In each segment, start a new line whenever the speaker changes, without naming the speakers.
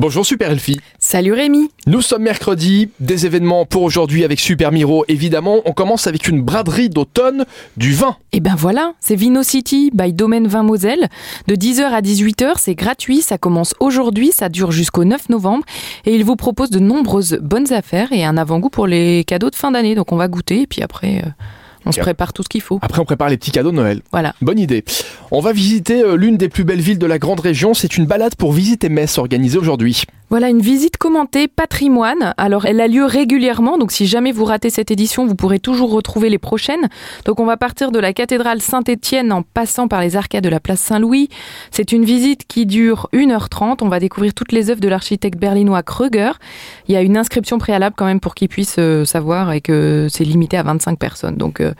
Bonjour Super Elfie.
Salut Rémi.
Nous sommes mercredi, des événements pour aujourd'hui avec Super Miro. Évidemment, on commence avec une braderie d'automne du vin.
Et ben voilà, c'est Vino City by Domaine Vin Moselle. De 10h à 18h, c'est gratuit, ça commence aujourd'hui, ça dure jusqu'au 9 novembre. Et ils vous proposent de nombreuses bonnes affaires et un avant-goût pour les cadeaux de fin d'année. Donc on va goûter et puis après, euh, on se
Tiens.
prépare tout ce qu'il faut.
Après, on prépare les petits cadeaux de Noël.
Voilà.
Bonne idée. On va visiter euh, l'une des plus belles villes de la grande région. C'est une balade pour visiter Metz organisée aujourd'hui.
Voilà une visite commentée patrimoine. Alors elle a lieu régulièrement, donc si jamais vous ratez cette édition, vous pourrez toujours retrouver les prochaines. Donc on va partir de la cathédrale Saint-Étienne en passant par les arcades de la place Saint-Louis. C'est une visite qui dure 1h30. On va découvrir toutes les œuvres de l'architecte berlinois Krüger. Il y a une inscription préalable quand même pour qu'ils puissent euh, savoir et que c'est limité à 25 personnes. Donc euh,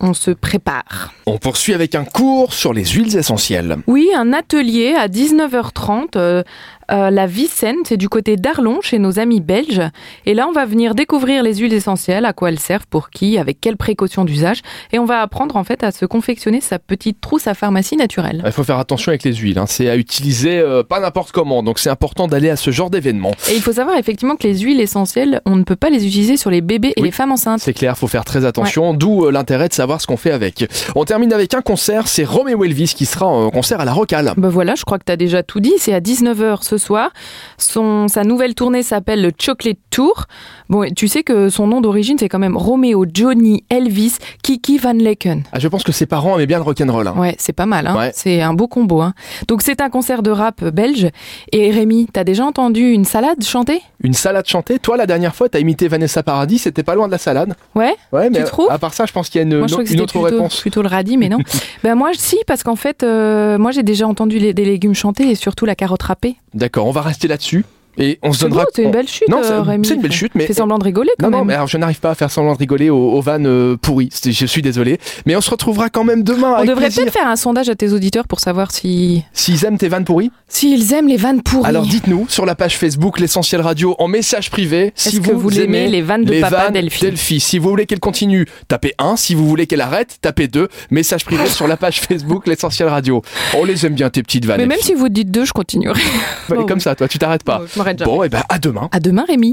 on se prépare.
On poursuit avec un cours sur les huiles essentielles.
Oui, un atelier à 19h30. euh, euh, la Vicenne, c'est du côté d'Arlon, chez nos amis belges. Et là, on va venir découvrir les huiles essentielles, à quoi elles servent, pour qui, avec quelles précautions d'usage. Et on va apprendre en fait à se confectionner sa petite trousse à pharmacie naturelle.
Il faut faire attention avec les huiles. hein. C'est à utiliser euh, pas n'importe comment. Donc, c'est important d'aller à ce genre d'événement.
Et il faut savoir effectivement que les huiles essentielles, on ne peut pas les utiliser sur les bébés et
Oui.
les femmes enceintes.
C'est clair, faut faire très attention, d'où euh, l'intérêt de savoir ce qu'on fait avec. On termine avec un concert, c'est Roméo Elvis qui sera en concert à la Rocale.
Ben voilà, je crois que tu as déjà tout dit. C'est à 19h ce soir. Son, sa nouvelle tournée s'appelle le Chocolate Tour. Bon, et tu sais que son nom d'origine, c'est quand même Romeo, Johnny, Elvis, Kiki Van Leken.
Ah, je pense que ses parents aimaient bien le rock'n'roll. hein.
Ouais, c'est pas mal, hein.
Ouais.
c'est un beau combo. Hein. Donc c'est un concert de rap belge. Et Rémi, t'as déjà entendu une salade chanter
Une salade chantée, toi la dernière fois t'as imité Vanessa Paradis, c'était pas loin de la salade.
Ouais,
Ouais, mais
trouves
à part ça, je pense qu'il y a une,
moi je
Euh, une
trouve que c'était
autre
plutôt,
réponse.
plutôt le radis, mais non. ben moi si, parce qu'en fait, euh, moi j'ai déjà entendu les- des légumes chanter et surtout la carotte râpée.
D'accord, on va rester là-dessus et on se
C'est
donnera.
beau, c'est
on-
une belle chute,
Non,
euh, Rémi.
c'est- c'est une belle chute, mais.
Fais semblant de rigoler quand
Non, non,
même.
mais alors je n'arrive pas à faire semblant de rigoler aux, aux vannes euh, pourries. C'est- Je suis désolé. Mais on se retrouvera quand même demain.
On
avec
devrait
plaisir.
peut-être faire un sondage à tes auditeurs pour savoir si
S'ils aiment tes vannes pourries,
s'ils aiment les vannes pourries.
alors dites-nous sur la page Facebook L'Essentiel Radio en message privé
Est-ce
si
que vous l'aimez,
aimez
les vannes de
les
papa
vannes
Delphine
Delphi. Si vous voulez qu'elle continue, tapez 1. Si vous voulez qu'elle arrête, tapez 2. Message privé sur la page Facebook L'Essentiel Radio. On les aime bien tes petites vannes. Bah,
Mais même
Delphine.
si vous dites deux, je continuerai.
Fallait comme ça, toi, tu t'arrêtes pas.
Je m'arrête jamais.
Bon, et ben à demain.
À demain Rémi.